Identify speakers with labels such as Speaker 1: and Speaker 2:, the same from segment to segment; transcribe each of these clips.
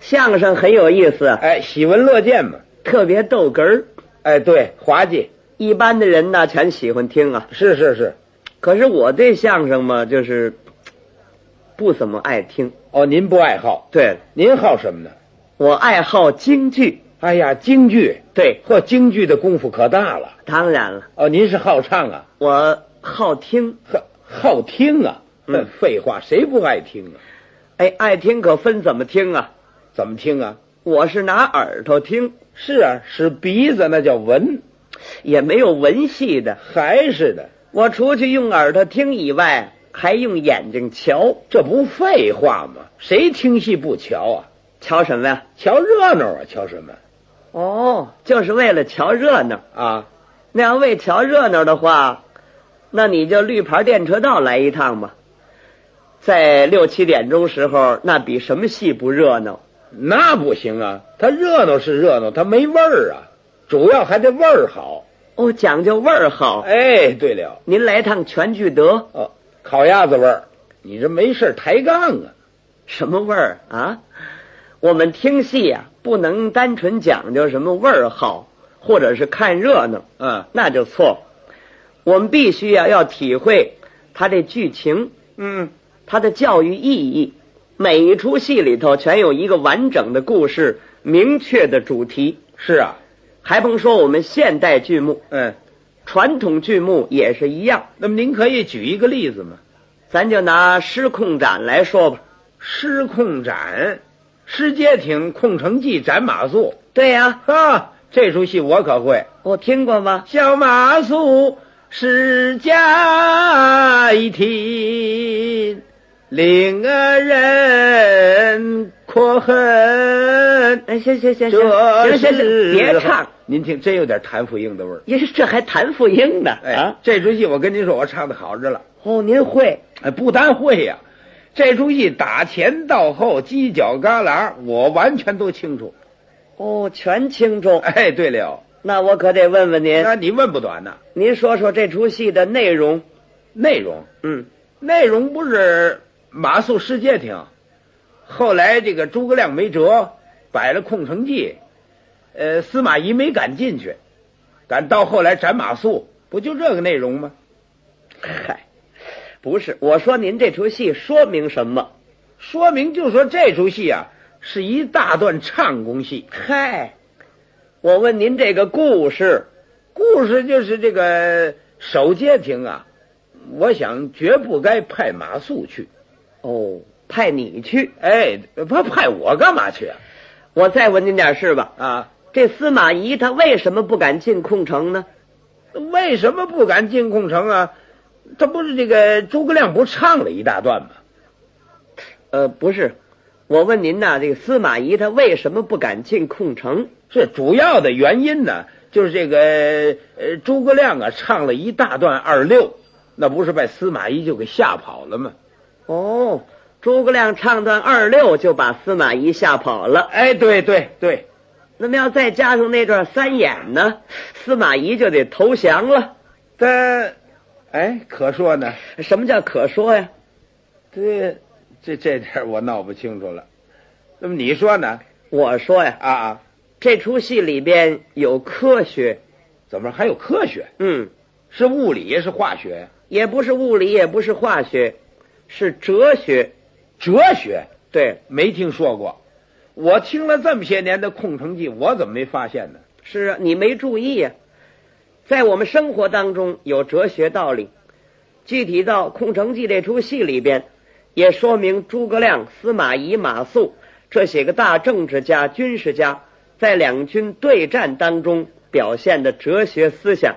Speaker 1: 相声很有意思，
Speaker 2: 哎，喜闻乐见嘛。
Speaker 1: 特别逗哏儿。
Speaker 2: 哎，对，滑稽，
Speaker 1: 一般的人呢，全喜欢听啊。
Speaker 2: 是是是。
Speaker 1: 可是我对相声嘛，就是不怎么爱听。
Speaker 2: 哦，您不爱好，
Speaker 1: 对
Speaker 2: 您好什么呢？
Speaker 1: 我爱好京剧，
Speaker 2: 哎呀，京剧，
Speaker 1: 对，
Speaker 2: 呵，京剧的功夫可大了。
Speaker 1: 当然了，
Speaker 2: 哦，您是好唱啊，
Speaker 1: 我好听。
Speaker 2: 呵，好听啊。
Speaker 1: 嗯
Speaker 2: 哼废话，谁不爱听啊？
Speaker 1: 哎，爱听可分怎么听啊？
Speaker 2: 怎么听啊？
Speaker 1: 我是拿耳朵听，
Speaker 2: 是啊，使鼻子那叫闻，
Speaker 1: 也没有文戏的。
Speaker 2: 还是的，
Speaker 1: 我除去用耳朵听以外，还用眼睛瞧，
Speaker 2: 这不废话吗？谁听戏不瞧啊？
Speaker 1: 瞧什么呀？
Speaker 2: 瞧热闹啊，瞧什么
Speaker 1: 哦，就是为了瞧热闹。
Speaker 2: 啊？
Speaker 1: 那要为瞧热闹的话，那你就绿牌电车道来一趟吧。在六七点钟时候，那比什么戏不热闹？
Speaker 2: 那不行啊，它热闹是热闹，它没味儿啊，主要还得味儿好。
Speaker 1: 哦，讲究味儿好。
Speaker 2: 哎，对了，
Speaker 1: 您来趟全聚德，
Speaker 2: 哦，烤鸭子味儿，你这没事儿抬杠啊？
Speaker 1: 什么味儿啊？我们听戏啊，不能单纯讲究什么味儿好，或者是看热闹，
Speaker 2: 嗯
Speaker 1: 那就错。我们必须啊，要体会它这剧情，
Speaker 2: 嗯，
Speaker 1: 它的教育意义。每一出戏里头全有一个完整的故事，明确的主题。
Speaker 2: 是啊，
Speaker 1: 还甭说我们现代剧目，
Speaker 2: 嗯，
Speaker 1: 传统剧目也是一样。
Speaker 2: 那么您可以举一个例子吗？
Speaker 1: 咱就拿失控斩来说吧。
Speaker 2: 狮控斩，狮街挺控城计斩马谡，
Speaker 1: 对呀、
Speaker 2: 啊，这出戏我可会。
Speaker 1: 我听过吗？
Speaker 2: 小马谡是家一听，令个人可恨。
Speaker 1: 哎，行行行行，
Speaker 2: 这
Speaker 1: 行行行，
Speaker 2: 是
Speaker 1: 别唱，，
Speaker 2: 您听，真有点谭富英的味儿。
Speaker 1: 也是这还谭富英呢、
Speaker 2: 哎，
Speaker 1: 啊！
Speaker 2: 这出戏我跟您说，我唱的好着了。
Speaker 1: 哦，您会
Speaker 2: 哎，不单会呀、这出戏打前到后、犄角旮旯，我完全都清楚。
Speaker 1: 哦，全清楚。
Speaker 2: 哎，对了，
Speaker 1: 那我可得问问您，
Speaker 2: 那你问不短呐。
Speaker 1: 您说说这出戏的内容。
Speaker 2: 内容，
Speaker 1: 嗯，
Speaker 2: 内容不是马谡世界挺，后来这个诸葛亮没辙，摆了空城计，呃，司马懿没敢进去，赶到后来斩马谡，不就这个内容吗？
Speaker 1: 嗨，不是，我说您这出戏说明什么？
Speaker 2: 说明就说这出戏啊是一大段唱功戏，
Speaker 1: 嗨，我问您这个故事，
Speaker 2: 故事就是这个守街亭啊，我想绝不该派马谡去，
Speaker 1: 哦，派你去。
Speaker 2: 哎，他派我干嘛去啊？
Speaker 1: 我再问您点事吧。
Speaker 2: 啊，
Speaker 1: 这司马懿他为什么不敢进空城呢？
Speaker 2: 为什么不敢进空城啊？这不是这个诸葛亮不唱了一大段吗？
Speaker 1: 呃，不是，我问您呐，这个司马懿他为什么不敢进空城？
Speaker 2: 这主要的原因呢，就是这个呃诸葛亮啊唱了一大段二六，那不是把司马懿就给吓跑了吗？
Speaker 1: 哦，诸葛亮唱段二六就把司马懿吓跑了。
Speaker 2: 哎，对对对，
Speaker 1: 那么要再加上那段三演呢，司马懿就得投降了。
Speaker 2: 但哎可说呢，
Speaker 1: 什么叫可说呀？
Speaker 2: 这这这点儿我闹不清楚了。那么你说呢？
Speaker 1: 我说呀，
Speaker 2: 啊啊，
Speaker 1: 这出戏里边有科学，
Speaker 2: 怎么还有科学？
Speaker 1: 嗯，
Speaker 2: 是物理是化学？
Speaker 1: 也不是物理，也不是化学，是哲学。
Speaker 2: 哲学？
Speaker 1: 对，
Speaker 2: 没听说过。我听了这么些年的《空城计》，我怎么没发现呢？
Speaker 1: 是啊，你没注意呀、在我们生活当中有哲学道理，具体到《空城计》这出戏里边，也说明诸葛亮、司马懿、马谡这些个大政治家、军事家在两军对战当中表现的哲学思想。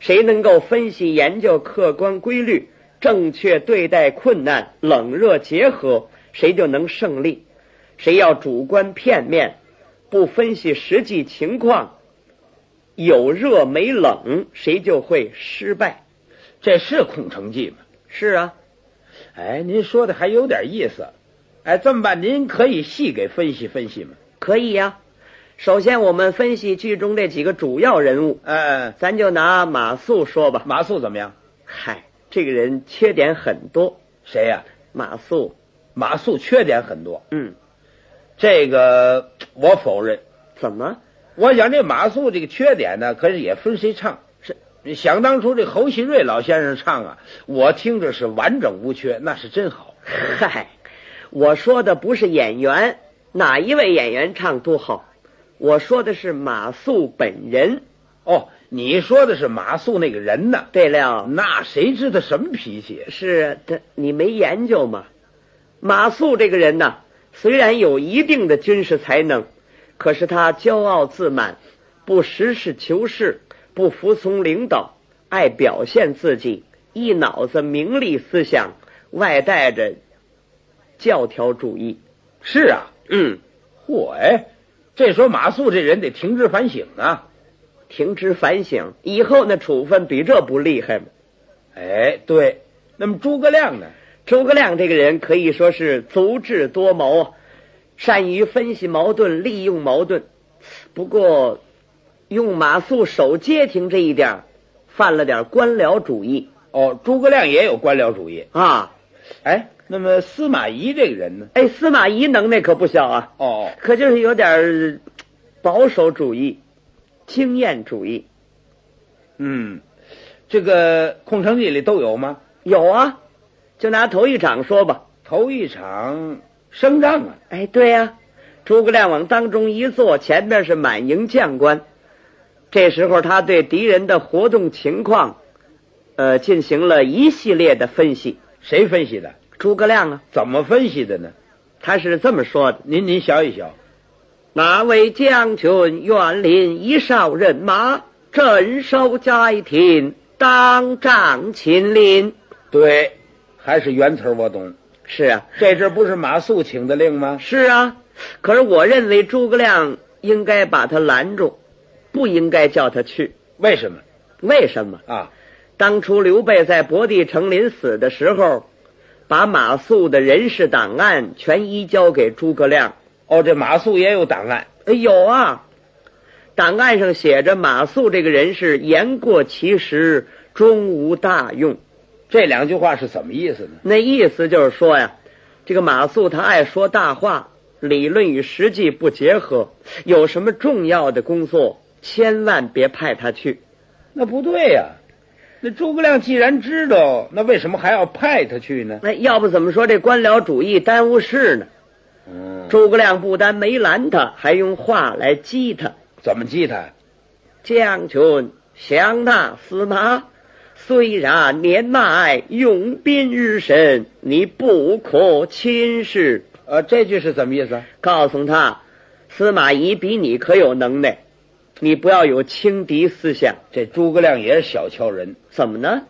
Speaker 1: 谁能够分析研究客观规律，正确对待困难，冷热结合，谁就能胜利。谁要主观片面，不分析实际情况，有热没冷，谁就会失败。
Speaker 2: 这是《空城计》吗？
Speaker 1: 是啊，
Speaker 2: 哎，您说的还有点意思。哎，这么办，您可以细给分析分析吗？
Speaker 1: 可以呀、首先，我们分析剧中这几个主要人物，
Speaker 2: 呃，
Speaker 1: 咱就拿马谡说吧。
Speaker 2: 马谡怎么样？
Speaker 1: 嗨，这个人缺点很多。
Speaker 2: 谁呀、
Speaker 1: 马谡，
Speaker 2: 马谡缺点很多，
Speaker 1: 嗯，
Speaker 2: 这个我否认。
Speaker 1: 怎么
Speaker 2: 我想这马谡这个缺点呢，可是也分谁唱。
Speaker 1: 是
Speaker 2: 想当初这侯锡瑞老先生唱啊，我听着是完整无缺，那是真好。
Speaker 1: 嗨，我说的不是演员，哪一位演员唱都好，我说的是马谡本人。
Speaker 2: 哦，你说的是马谡那个人呢？
Speaker 1: 对了，
Speaker 2: 那谁知道什么脾气？
Speaker 1: 是他，你没研究吗？马谡这个人呐，虽然有一定的军事才能，可是他骄傲自满，不实事求是，不服从领导，爱表现自己，一脑子名利思想，外带着教条主义。
Speaker 2: 是啊，
Speaker 1: 嗯，
Speaker 2: 嚯哎，这时候马谡这人得停止反省啊！
Speaker 1: 停职反省，以后那处分比这不厉害吗？
Speaker 2: 哎，对，那么诸葛亮呢？
Speaker 1: 诸葛亮这个人可以说是足智多谋啊，善于分析矛盾，利用矛盾。不过，用马谡守街亭这一点儿，犯了点官僚主义
Speaker 2: 哦，诸葛亮也有官僚主义。
Speaker 1: 啊。
Speaker 2: 哎，那么司马懿这个人呢？
Speaker 1: 哎，司马懿能耐可不小啊，
Speaker 2: 哦，
Speaker 1: 可就是有点儿保守主义、经验主义。
Speaker 2: 嗯，这个《空城计》里都有吗？
Speaker 1: 有啊，就拿头一场说吧。
Speaker 2: 头一场升帐啊，
Speaker 1: 哎，对呀、诸葛亮往当中一坐，前面是满营将官。这时候，他对敌人的活动情况，呃，进行了一系列的分析。
Speaker 2: 谁分析的？
Speaker 1: 诸葛亮啊，
Speaker 2: 怎么分析的呢？
Speaker 1: 他是这么说的：
Speaker 2: 您您想一想，
Speaker 1: 哪位将军远临一哨人马，镇守街亭，当仗秦岭。
Speaker 2: 对，还是原词儿我懂。
Speaker 1: 是啊，
Speaker 2: 这阵不是马谡请的令吗？
Speaker 1: 是啊。可是我认为诸葛亮应该把他拦住，不应该叫他去。
Speaker 2: 为什么
Speaker 1: 为什么？
Speaker 2: 啊？
Speaker 1: 当初刘备在博地成林死的时候，把马谡的人事档案全移交给诸葛亮。
Speaker 2: 哦，这马谡也有档案。
Speaker 1: 哎，有啊，档案上写着马谡这个人是言过其实，终无大用。
Speaker 2: 这两句话是什么意思呢？
Speaker 1: 那意思就是说呀，这个马谡他爱说大话，理论与实际不结合。有什么重要的工作，千万别派他去。
Speaker 2: 那不对呀、那诸葛亮既然知道，那为什么还要派他去呢？
Speaker 1: 那要不怎么说这官僚主义耽误事呢？
Speaker 2: 嗯，
Speaker 1: 诸葛亮不单没拦他，还用话来激他。
Speaker 2: 怎么记他？
Speaker 1: 将军降纳司马，虽然年迈，用兵于身，你不可轻视。
Speaker 2: 呃，这句是什么意思啊？
Speaker 1: 告诉他，司马懿比你可有能耐，你不要有轻敌思想。
Speaker 2: 这诸葛亮也是小瞧人，
Speaker 1: 怎么呢？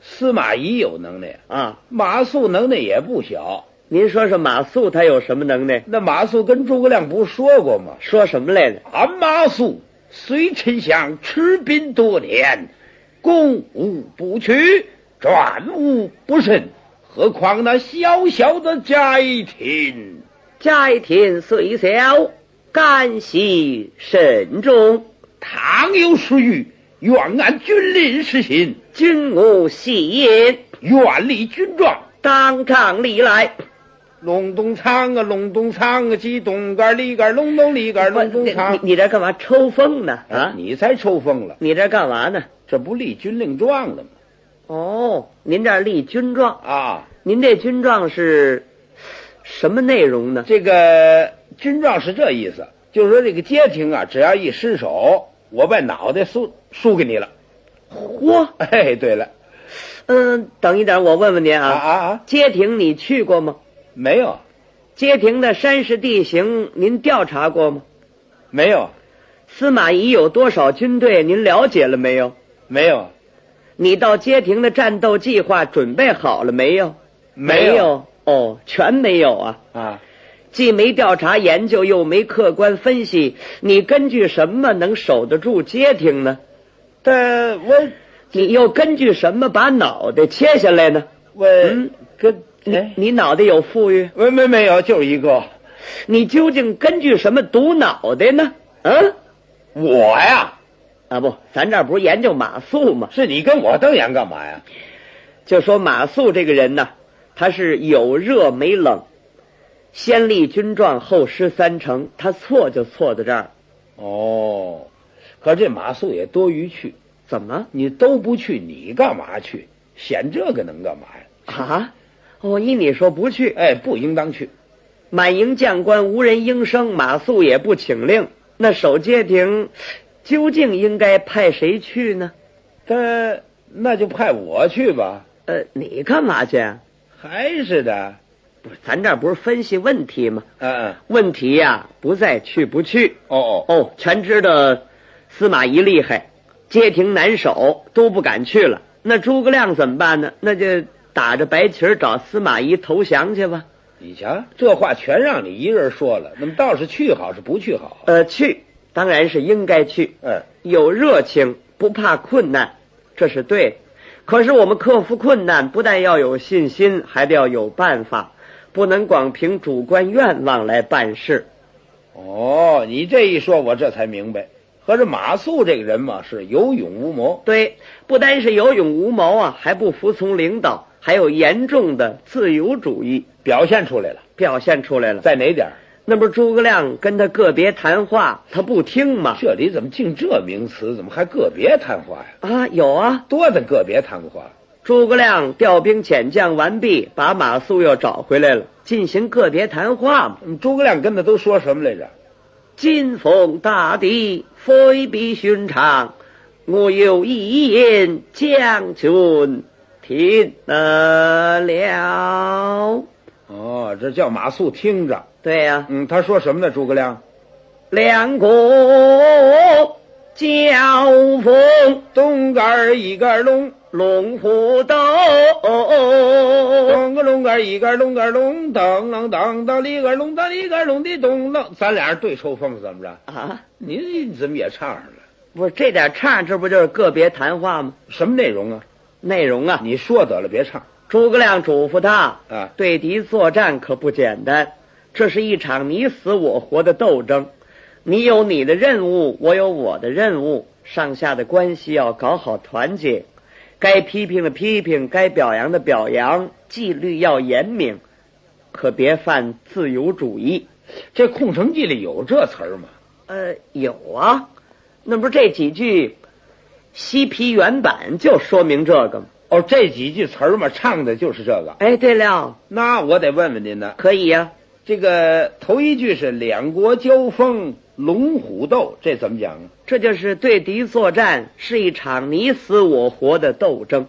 Speaker 2: 司马懿有能耐，
Speaker 1: 啊，
Speaker 2: 马谡能耐也不小。
Speaker 1: 您说说马谡他有什么能耐？
Speaker 2: 那马谡跟诸葛亮不说过吗？
Speaker 1: 说什么来着？
Speaker 2: 俺马谡随丞相吃兵多年，攻无不取，转无不胜，何况那小小的街亭？
Speaker 1: 街亭虽小，干系慎重。
Speaker 2: 倘有失语，愿按军令施行，
Speaker 1: 君无戏言，
Speaker 2: 愿立军状。
Speaker 1: 当场立来。
Speaker 2: 隆咚锵啊，隆咚锵啊，鸡咚杆里杆，隆咚里杆，隆咚
Speaker 1: 你
Speaker 2: 锵。
Speaker 1: 你这干嘛抽风呢？
Speaker 2: 啊
Speaker 1: 啊，，
Speaker 2: 你才抽风了，
Speaker 1: 你这干嘛呢？
Speaker 2: 这不立军令状了吗？
Speaker 1: 哦，您这儿立军状，
Speaker 2: 啊，
Speaker 1: 您这军状是什么内容呢？
Speaker 2: 这个军状是这意思，就是说这个街亭啊，只要一失手，我把脑袋输输给你了。
Speaker 1: 嚯，
Speaker 2: 哎，对了，
Speaker 1: 嗯，等一等，我问问您
Speaker 2: 啊
Speaker 1: 啊，
Speaker 2: 啊啊，
Speaker 1: 街亭你去过吗？
Speaker 2: 没有
Speaker 1: 街亭的山势地形您调查过吗？
Speaker 2: 没有
Speaker 1: 司马懿有多少军队您了解了没有？
Speaker 2: 没有
Speaker 1: 你到街亭的战斗计划准备好了没有？
Speaker 2: 有
Speaker 1: 哦，全没有啊。
Speaker 2: 啊，
Speaker 1: 既没调查研究，又没客观分析，你根据什么能守得住街亭呢？
Speaker 2: 但我
Speaker 1: 你又根据什么把脑袋切下来呢？
Speaker 2: 我、
Speaker 1: 嗯
Speaker 2: 跟
Speaker 1: 你
Speaker 2: 呃哎，
Speaker 1: 你脑袋有富裕，
Speaker 2: 没没没有，就是一个
Speaker 1: 你究竟根据什么堵脑袋呢？嗯，
Speaker 2: 我呀，
Speaker 1: 啊不，咱这儿不是研究马谡吗？
Speaker 2: 是你跟我瞪眼干嘛呀？
Speaker 1: 就说马谡这个人呢，他是有热没冷，先立军状，后失三城，他错就错在这儿。
Speaker 2: 哦，可这马谡也多余去，
Speaker 1: 怎么
Speaker 2: 你都不去，你干嘛去？选这个能干嘛呀？
Speaker 1: 啊？我依你说不去，
Speaker 2: 哎，不应当去。
Speaker 1: 满营将官无人应声，马谡也不请令。那守街亭究竟应该派谁去呢？
Speaker 2: 但那就派我去吧，
Speaker 1: 呃，你干嘛去啊？
Speaker 2: 还是的。
Speaker 1: 不是，咱这儿不是分析问题吗？
Speaker 2: 嗯嗯，
Speaker 1: 问题呀、不在去不去。
Speaker 2: 哦哦，
Speaker 1: 哦，全知道司马懿厉害，街亭难守，都不敢去了。那诸葛亮怎么办呢？那就打着白旗儿找司马懿投降去吧。
Speaker 2: 你瞧，这话全让你一人说了，那么倒是去好是不去好？
Speaker 1: 呃，去当然是应该去，
Speaker 2: 嗯，
Speaker 1: 有热情，不怕困难，这是对的。可是我们克服困难，不但要有信心，还得要有办法，不能光凭主观愿望来办事。
Speaker 2: 哦，你这一说，我这才明白，合着马谡这个人嘛是有勇无谋。
Speaker 1: 对，不单是有勇无谋啊，还不服从领导，还有严重的自由主义
Speaker 2: 表现出来了，
Speaker 1: 表现出来了。
Speaker 2: 在哪点儿？
Speaker 1: 那不是诸葛亮跟他个别谈话，他不听吗？
Speaker 2: 这里怎么净这名词？怎么还个别谈话呀？
Speaker 1: 啊，有啊，
Speaker 2: 多的个别谈话。
Speaker 1: 诸葛亮调兵遣将完毕，把马谡又找回来了，进行个别谈话嘛。
Speaker 2: 嗯诸葛亮跟他都说什么来着？
Speaker 1: 今逢大敌，非比寻常。我有一言，将军听得了。
Speaker 2: 哦，这叫马谡听着。
Speaker 1: 对呀、
Speaker 2: 嗯，他说什么呢？诸葛亮
Speaker 1: 两国交锋，
Speaker 2: 东杆儿一杆儿龙，
Speaker 1: 龙虎斗。
Speaker 2: 咚个龙杆儿一杆儿龙杆儿龙，当啷当当里杆儿龙当里杆儿龙的咚啷，咱俩人对抽风是怎么着？
Speaker 1: 啊，
Speaker 2: 你你怎么也唱上了？
Speaker 1: 不是这点唱，这不就是个别谈话吗？
Speaker 2: 什么内容啊？
Speaker 1: 内容啊，
Speaker 2: 你说得了，别唱
Speaker 1: 诸葛亮嘱咐他，
Speaker 2: 啊！
Speaker 1: 对敌作战可不简单，这是一场你死我活的斗争，你有你的任务，我有我的任务，上下的关系要搞好团结，该批评的批评，该表扬的表扬，纪律要严明，可别犯自由主义。
Speaker 2: 这《空城计》里有这词儿吗？
Speaker 1: 呃，有啊，那不是这几句西皮原版就说明这个吗？
Speaker 2: 哦，这几句词儿嘛，唱的就是这个。
Speaker 1: 哎，对了，
Speaker 2: 那我得问问您呢，
Speaker 1: 可以呀、
Speaker 2: 这个头一句是两国交锋，龙虎斗，这怎么讲啊？
Speaker 1: 这就是对敌作战，是一场你死我活的斗争。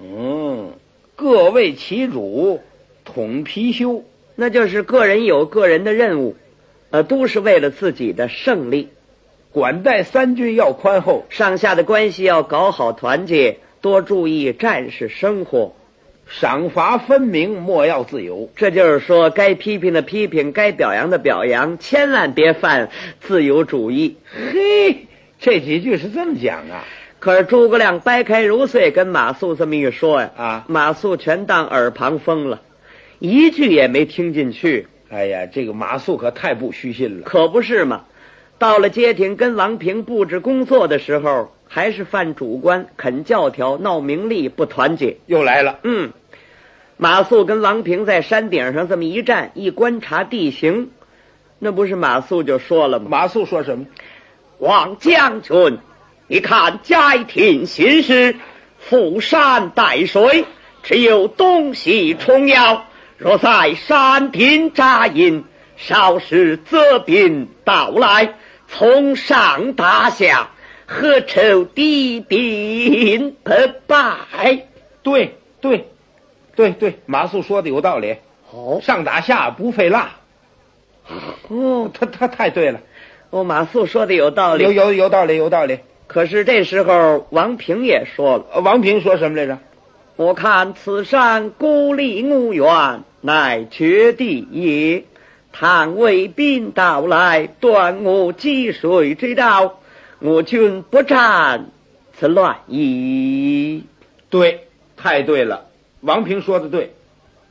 Speaker 2: 嗯，各为其主，统貔貅。
Speaker 1: 那就是个人有个人的任务，呃，都是为了自己的胜利。
Speaker 2: 管待三军要宽厚。
Speaker 1: 上下的关系要搞好团结，多注意战士生活。
Speaker 2: 赏罚分明，莫要自由。
Speaker 1: 这就是说，该批评的批评，该表扬的表扬，千万别犯自由主义。
Speaker 2: 嘿，这几句是这么讲啊？
Speaker 1: 可是诸葛亮掰开揉碎跟马谡这么一说呀，
Speaker 2: 啊，
Speaker 1: 马谡全当耳旁风了，一句也没听进去。
Speaker 2: 哎呀，这个马谡可太不虚心了。
Speaker 1: 可不是嘛。到了街亭跟王平布置工作的时候，还是犯主观，啃教条，闹名利，不团结。
Speaker 2: 又来了，
Speaker 1: 嗯，马谡跟王平在山顶上这么一站，一观察地形，那不是马谡就说了吗？
Speaker 2: 马谡说什么？
Speaker 1: 王将军，你看街亭形势，覆山带水，只有东西冲要。若在山顶扎营，少时责兵到来，从上打下，何愁敌兵不败？
Speaker 2: 对对，对对，马谡说的有道理，
Speaker 1: 哦
Speaker 2: 上打下不费蜡。
Speaker 1: 哦，
Speaker 2: 他他太对了，
Speaker 1: 哦，马谡说的有道
Speaker 2: 有
Speaker 1: 理。
Speaker 2: 有有道理，有道理。
Speaker 1: 可是这时候，王平也说了。
Speaker 2: 呃王平说什么来着？
Speaker 1: 我看此山孤立无援，乃绝地也。倘为兵到来，断我济水之道，我军不战，此乱矣。
Speaker 2: 对，太对了，王平说的对。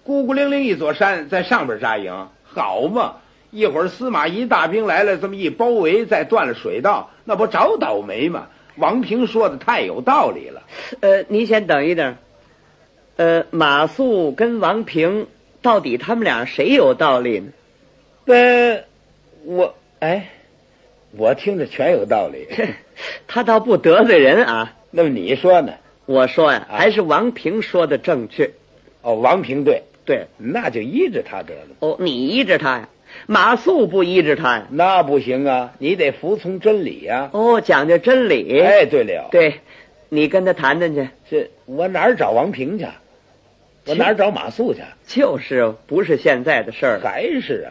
Speaker 2: 孤孤零零一座山，在上边扎营，好嘛！一会儿司马懿大兵来了，这么一包围，再断了水道，那不找倒霉吗？王平说的太有道理了。
Speaker 1: 呃，您先等一等。呃，马谡跟王平到底他们俩谁有道理呢？
Speaker 2: 呃，我哎，我听着全有道理。
Speaker 1: 他倒不得罪人啊。
Speaker 2: 那么你说呢？
Speaker 1: 我说呀、
Speaker 2: 啊
Speaker 1: 还是王平说的正确。
Speaker 2: 哦，王平对，
Speaker 1: 对，
Speaker 2: 那就依着他得了。
Speaker 1: 哦，你依着他呀，马谡不依着他呀。
Speaker 2: 那不行啊，你得服从真理呀、
Speaker 1: 哦，讲究真理。
Speaker 2: 哎，对了，
Speaker 1: 对，你跟他谈谈去。
Speaker 2: 这我哪儿找王平去？我哪儿找马谡去？
Speaker 1: 就是不是现在的事儿了。
Speaker 2: 还是啊，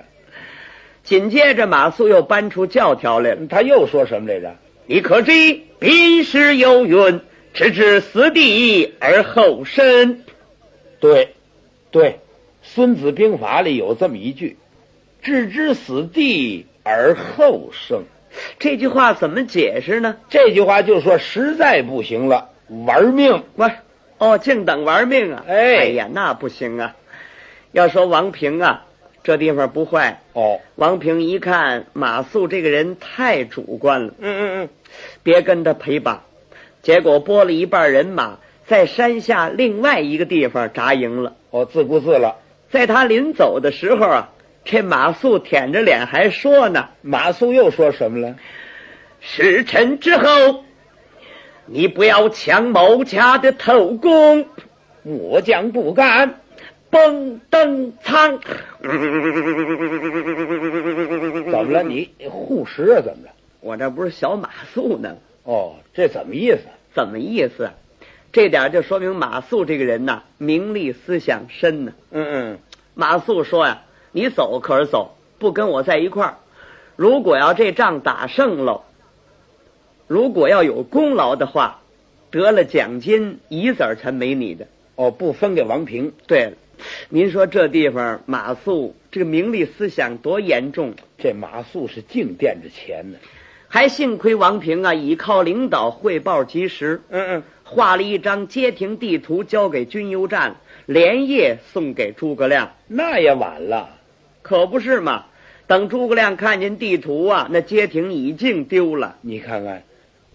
Speaker 1: 紧接着，马谡又搬出教条来了。
Speaker 2: 他又说什么来着？
Speaker 1: 你可知民师有云：“直至死地而后生。
Speaker 2: 对，对，《孙子兵法》里有这么一句：“置之死地而后生。””
Speaker 1: 这句话怎么解释呢？
Speaker 2: 这句话就是说，实在不行了，玩命。
Speaker 1: 我哦，净等玩命啊！
Speaker 2: 哎
Speaker 1: 呀，那不行啊！要说王平啊，这地方不坏。
Speaker 2: 哦，
Speaker 1: 王平一看马谡这个人太主观了，
Speaker 2: 嗯嗯
Speaker 1: 别跟他陪吧。结果拨了一半人马，在山下另外一个地方扎营了。
Speaker 2: 嗯，哦，自顾自了。
Speaker 1: 在他临走的时候啊，这马谡舔着脸还说呢。
Speaker 2: 马谡又说什么了？
Speaker 1: 时辰之后，你不要抢某家的头功，
Speaker 2: 我将不干。
Speaker 1: 蹦
Speaker 2: 嗯
Speaker 1: 登仓。
Speaker 2: 怎么了？你护食啊？怎么了？
Speaker 1: 我这不是小马谡呢？
Speaker 2: 哦，这怎么意思？
Speaker 1: 怎么意思啊？这点就说明马谡这个人呐、名利思想深呢、
Speaker 2: 嗯嗯，
Speaker 1: 马谡说呀、你走可是走，不跟我在一块儿。如果要这仗打胜了，如果要有功劳的话，得了奖金一子儿才没你的。
Speaker 2: 哦，不分给王平。
Speaker 1: 对了，您说这地方马谡这个名利思想多严重，
Speaker 2: 这马谡是净惦着钱呢。
Speaker 1: 还幸亏王平啊倚靠领导汇报及时，
Speaker 2: 嗯嗯，
Speaker 1: 画了一张街亭地图交给军邮站，连夜送给诸葛亮，
Speaker 2: 那也晚了。
Speaker 1: 可不是嘛？等诸葛亮看见地图啊，那街亭已经丢了。
Speaker 2: 你看看，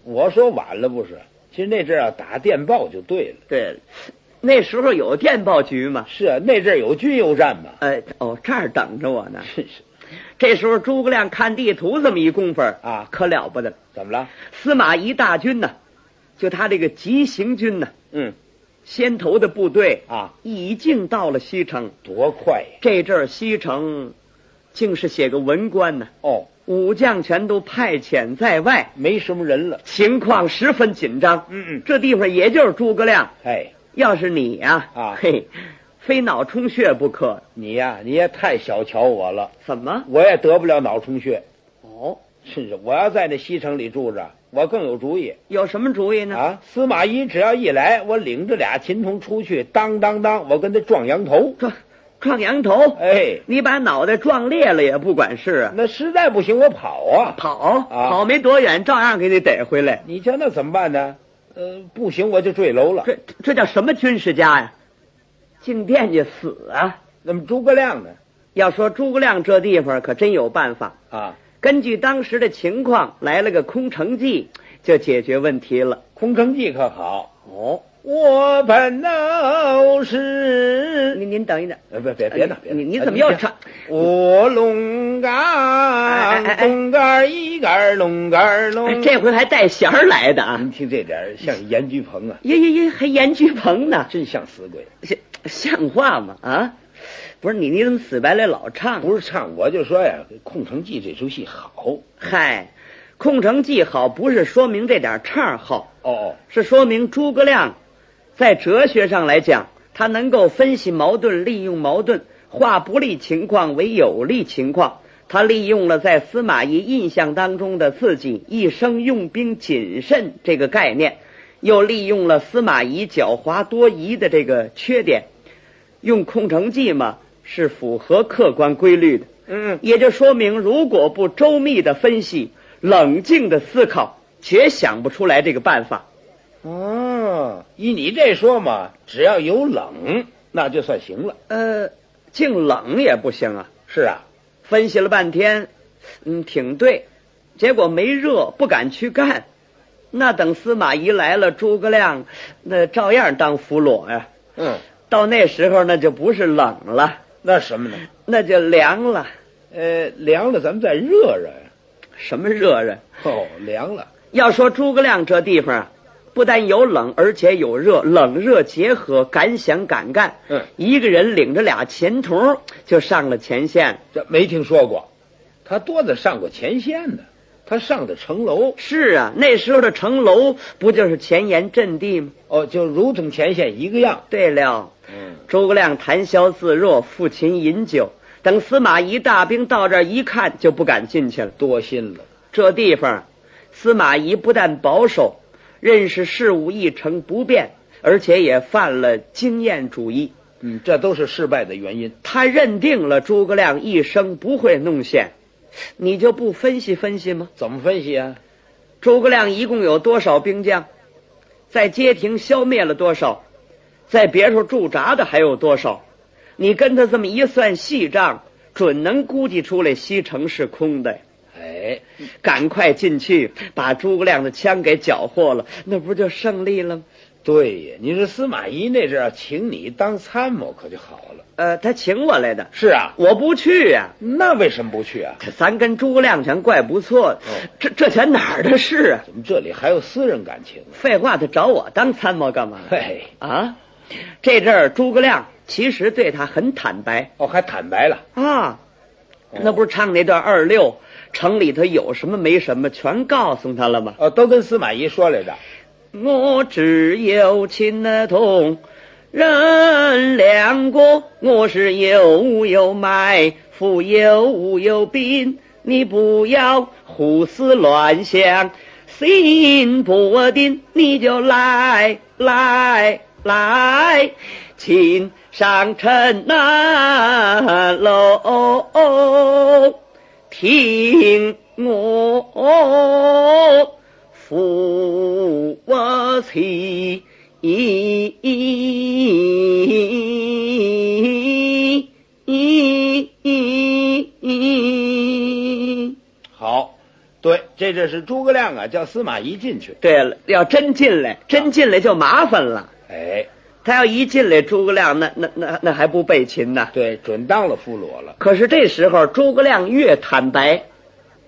Speaker 2: 我说晚了不是？其实那阵儿啊，打电报就对了。
Speaker 1: 对了，那时候有电报局嘛？
Speaker 2: 是啊，那阵儿有军邮站嘛。
Speaker 1: 哎，哦，这儿等着我呢。
Speaker 2: 真是，
Speaker 1: 这时候诸葛亮看地图这么一功夫儿
Speaker 2: 啊
Speaker 1: 可了不得了。
Speaker 2: 怎么了？
Speaker 1: 司马懿大军呢、就他这个急行军呢、
Speaker 2: 嗯
Speaker 1: 先头的部队
Speaker 2: 啊，
Speaker 1: 已经到了西城。
Speaker 2: 多快呀！
Speaker 1: 这阵儿西城竟是写个文官呢、
Speaker 2: 哦，
Speaker 1: 武将全都派遣在外，
Speaker 2: 没什么人了。
Speaker 1: 情况十分紧张。
Speaker 2: 嗯嗯
Speaker 1: 这地方也就是诸葛亮，
Speaker 2: 哎，
Speaker 1: 要是你呀、
Speaker 2: 啊
Speaker 1: 嘿，非脑充血不可。
Speaker 2: 你呀、你也太小瞧我了，
Speaker 1: 怎么？
Speaker 2: 我也得不了脑充血。
Speaker 1: 哦，
Speaker 2: 是是，我要在那西城里住着，我更有主意
Speaker 1: 有什么主意呢？
Speaker 2: 啊！司马懿只要一来，我领着俩琴童出去，当当当，我跟他撞羊头。
Speaker 1: 撞撞羊头，
Speaker 2: 哎，
Speaker 1: 你把脑袋撞裂了也不管事啊。
Speaker 2: 那实在不行，我跑啊！
Speaker 1: 跑、
Speaker 2: 啊
Speaker 1: 跑没多远，照样给你逮回来。
Speaker 2: 你叫那怎么办呢？呃，不行，我就坠楼了。
Speaker 1: 这这叫什么军事家呀？净惦记死啊！
Speaker 2: 那么诸葛亮呢？
Speaker 1: 要说诸葛亮这地方可真有办法，
Speaker 2: 啊，
Speaker 1: 根据当时的情况来了个空城计，就解决问题了。
Speaker 2: 空城计可好？
Speaker 1: 哦，
Speaker 2: 我本闹市
Speaker 1: 您您哎等一等，
Speaker 2: 呃，别别别闹，别闹
Speaker 1: 你你怎么又唱？
Speaker 2: 我龙
Speaker 1: 哎哎
Speaker 2: 岗，
Speaker 1: 哎
Speaker 2: 龙杆一杆，龙杆
Speaker 1: 哎
Speaker 2: 龙。
Speaker 1: 这回还带弦儿来的啊
Speaker 2: 您！听这点儿像严居鹏啊，
Speaker 1: 耶耶耶，还严居鹏呢，
Speaker 2: 真像死鬼。
Speaker 1: 像像话吗？啊，不是你你怎么死白赖老唱？
Speaker 2: 不是唱，我就说呀，《空城计》这出戏好。哦
Speaker 1: 嗨，空城计好不是说明这点唱儿好，
Speaker 2: 哦，
Speaker 1: 是说明诸葛亮在哲学上来讲，他能够分析矛盾，利用矛盾，化不利情况为有利情况。他利用了在司马懿印象当中的自己一生用兵谨慎这个概念，又利用了司马懿狡猾多疑的这个缺点，用空城计嘛是符合客观规律的。
Speaker 2: 嗯，
Speaker 1: 也就说明，如果不周密的分析、冷静的思考，绝想不出来这个办法。
Speaker 2: 哦，依你这说嘛，只要有冷，那就算行了。
Speaker 1: 呃，净冷也不行啊。
Speaker 2: 是啊，
Speaker 1: 分析了半天，嗯，挺对，结果没热，不敢去干。那等司马懿来了，诸葛亮那照样当俘虏呀、啊
Speaker 2: 嗯，
Speaker 1: 到那时候那就不是冷了，
Speaker 2: 那什么呢？
Speaker 1: 那就凉了。
Speaker 2: 呃，凉了咱们再热热呀。
Speaker 1: 什么热热？
Speaker 2: 哦，凉了。
Speaker 1: 要说诸葛亮这地方啊，不但有冷，而且有热，冷热结合，敢想敢干。
Speaker 2: 嗯
Speaker 1: 一个人领着俩前童就上了前线。
Speaker 2: 这没听说过，他多的上过前线呢，他上的城楼
Speaker 1: 是啊，那时候的城楼不就是前沿阵地吗？
Speaker 2: 哦，就如同前线一个样。
Speaker 1: 对了，
Speaker 2: 嗯，
Speaker 1: 诸葛亮谈笑自若，抚琴饮酒。等司马懿大兵到这儿一看，就不敢进去了。
Speaker 2: 多心了。
Speaker 1: 这地方，司马懿不但保守，认识事物一成不变，而且也犯了经验主义。
Speaker 2: 嗯，这都是失败的原因。
Speaker 1: 他认定了诸葛亮一生不会弄线，你就不分析分析吗？
Speaker 2: 怎么分析啊？
Speaker 1: 诸葛亮一共有多少兵将，在街亭消灭了多少，在别处驻扎的还有多少？你跟他这么一算细账，准能估计出来西城是空的呀。
Speaker 2: 哎，
Speaker 1: 赶快进去，把诸葛亮的枪给缴获了，那不就胜利了吗？
Speaker 2: 对呀，你说司马懿那阵儿啊请你当参谋可就好了。
Speaker 1: 呃，他请我来的，
Speaker 2: 是啊，
Speaker 1: 我不去呀、
Speaker 2: 那为什么不去啊？
Speaker 1: 咱跟诸葛亮全怪不错的，
Speaker 2: 哦
Speaker 1: 这这全哪儿的事啊？
Speaker 2: 怎么这里还有私人感情 啊？
Speaker 1: 废话，他找我当参谋干嘛？
Speaker 2: 嘿，
Speaker 1: 啊，这阵儿诸葛亮其实对他很坦白
Speaker 2: 哦，还坦白了。
Speaker 1: 啊，
Speaker 2: 哦
Speaker 1: 那不是唱那段二六，城里头有什么没什么，全告诉他了吗？
Speaker 2: 哦，都跟司马懿说来着。
Speaker 1: 我只有亲的同人两个，我是有有买，富有有兵，你不要胡思乱想，心不定你就来来来，请上城南楼。听我父我妻。
Speaker 2: 好，对，这这是诸葛亮啊，叫司马懿进去。
Speaker 1: 对了，要真进来，真进来就麻烦了。
Speaker 2: 哎，
Speaker 1: 他要一进来，诸葛亮那那那那还不被擒呢？
Speaker 2: 对，准当了俘虏了。
Speaker 1: 可是这时候，诸葛亮越坦白，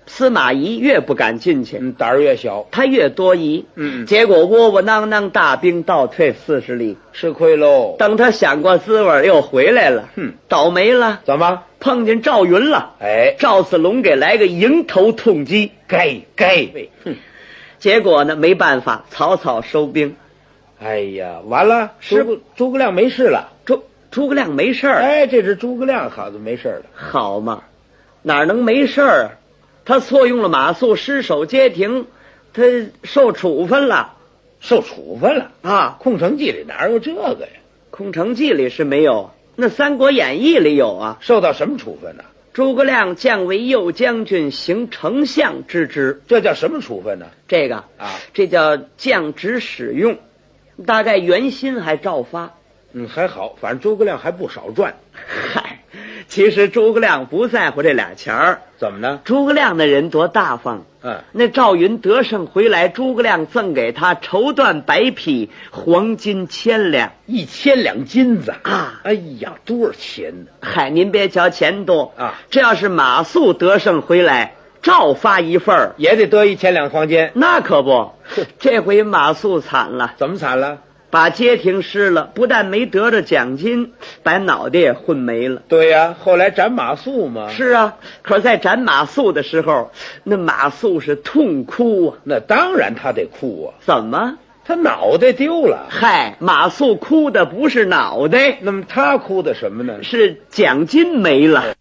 Speaker 1: 司马懿越不敢进去。
Speaker 2: 嗯，胆儿越小，
Speaker 1: 他越多疑，
Speaker 2: 嗯
Speaker 1: 结果窝窝囊囊大兵倒退四十里，
Speaker 2: 吃亏喽。
Speaker 1: 等他想过滋味儿又回来了，
Speaker 2: 哼
Speaker 1: 倒霉了，
Speaker 2: 怎么？
Speaker 1: 碰见赵云了，
Speaker 2: 哎，
Speaker 1: 赵子龙给来个迎头痛击，
Speaker 2: 该该。哼，
Speaker 1: 结果呢没办法，草草收兵，
Speaker 2: 哎呀，完了，
Speaker 1: 是
Speaker 2: 诸葛诸葛亮没事了。
Speaker 1: 诸诸葛亮没事儿，
Speaker 2: 哎，这是诸葛亮好像没事了。
Speaker 1: 好嘛，哪能没事儿啊？他错用了马谡，失守街亭，他受处分了
Speaker 2: 受处分了。
Speaker 1: 啊。
Speaker 2: 空城计里哪有这个呀？
Speaker 1: 《空城计》里是没有，那《三国演义》里有啊。
Speaker 2: 受到什么处分呢、
Speaker 1: 诸葛亮降为右将军，行丞相之职。
Speaker 2: 这叫什么处分呢、
Speaker 1: 这个
Speaker 2: 啊
Speaker 1: 这叫降职使用，大概原薪还照发。
Speaker 2: 嗯，还好，反正诸葛亮还不少赚。
Speaker 1: 嗨，其实诸葛亮不在乎这俩钱儿。
Speaker 2: 怎么呢？
Speaker 1: 诸葛亮那人多大方，
Speaker 2: 嗯，
Speaker 1: 那赵云得胜回来，诸葛亮赠给他绸缎百匹，黄金千两。
Speaker 2: 一千两金子
Speaker 1: 啊
Speaker 2: 哎呀，多少钱呢？
Speaker 1: 嗨，您别瞧钱多
Speaker 2: 啊
Speaker 1: 这要是马谡得胜回来，照发一份儿，
Speaker 2: 也得得一千两黄金。
Speaker 1: 那可 不
Speaker 2: 哼。
Speaker 1: 这回马谡惨了。
Speaker 2: 怎么惨了？
Speaker 1: 把街亭失了，不但没得着奖金，把脑袋也混没了。
Speaker 2: 对呀、后来斩马谡嘛，
Speaker 1: 是啊，可是在斩马谡的时候，那马谡是痛哭啊！
Speaker 2: 那当然他得哭啊，
Speaker 1: 怎么？
Speaker 2: 他脑袋丢了。
Speaker 1: 嗨，马谡哭的不是脑袋，
Speaker 2: 那么他哭的什么呢？
Speaker 1: 是奖金没了。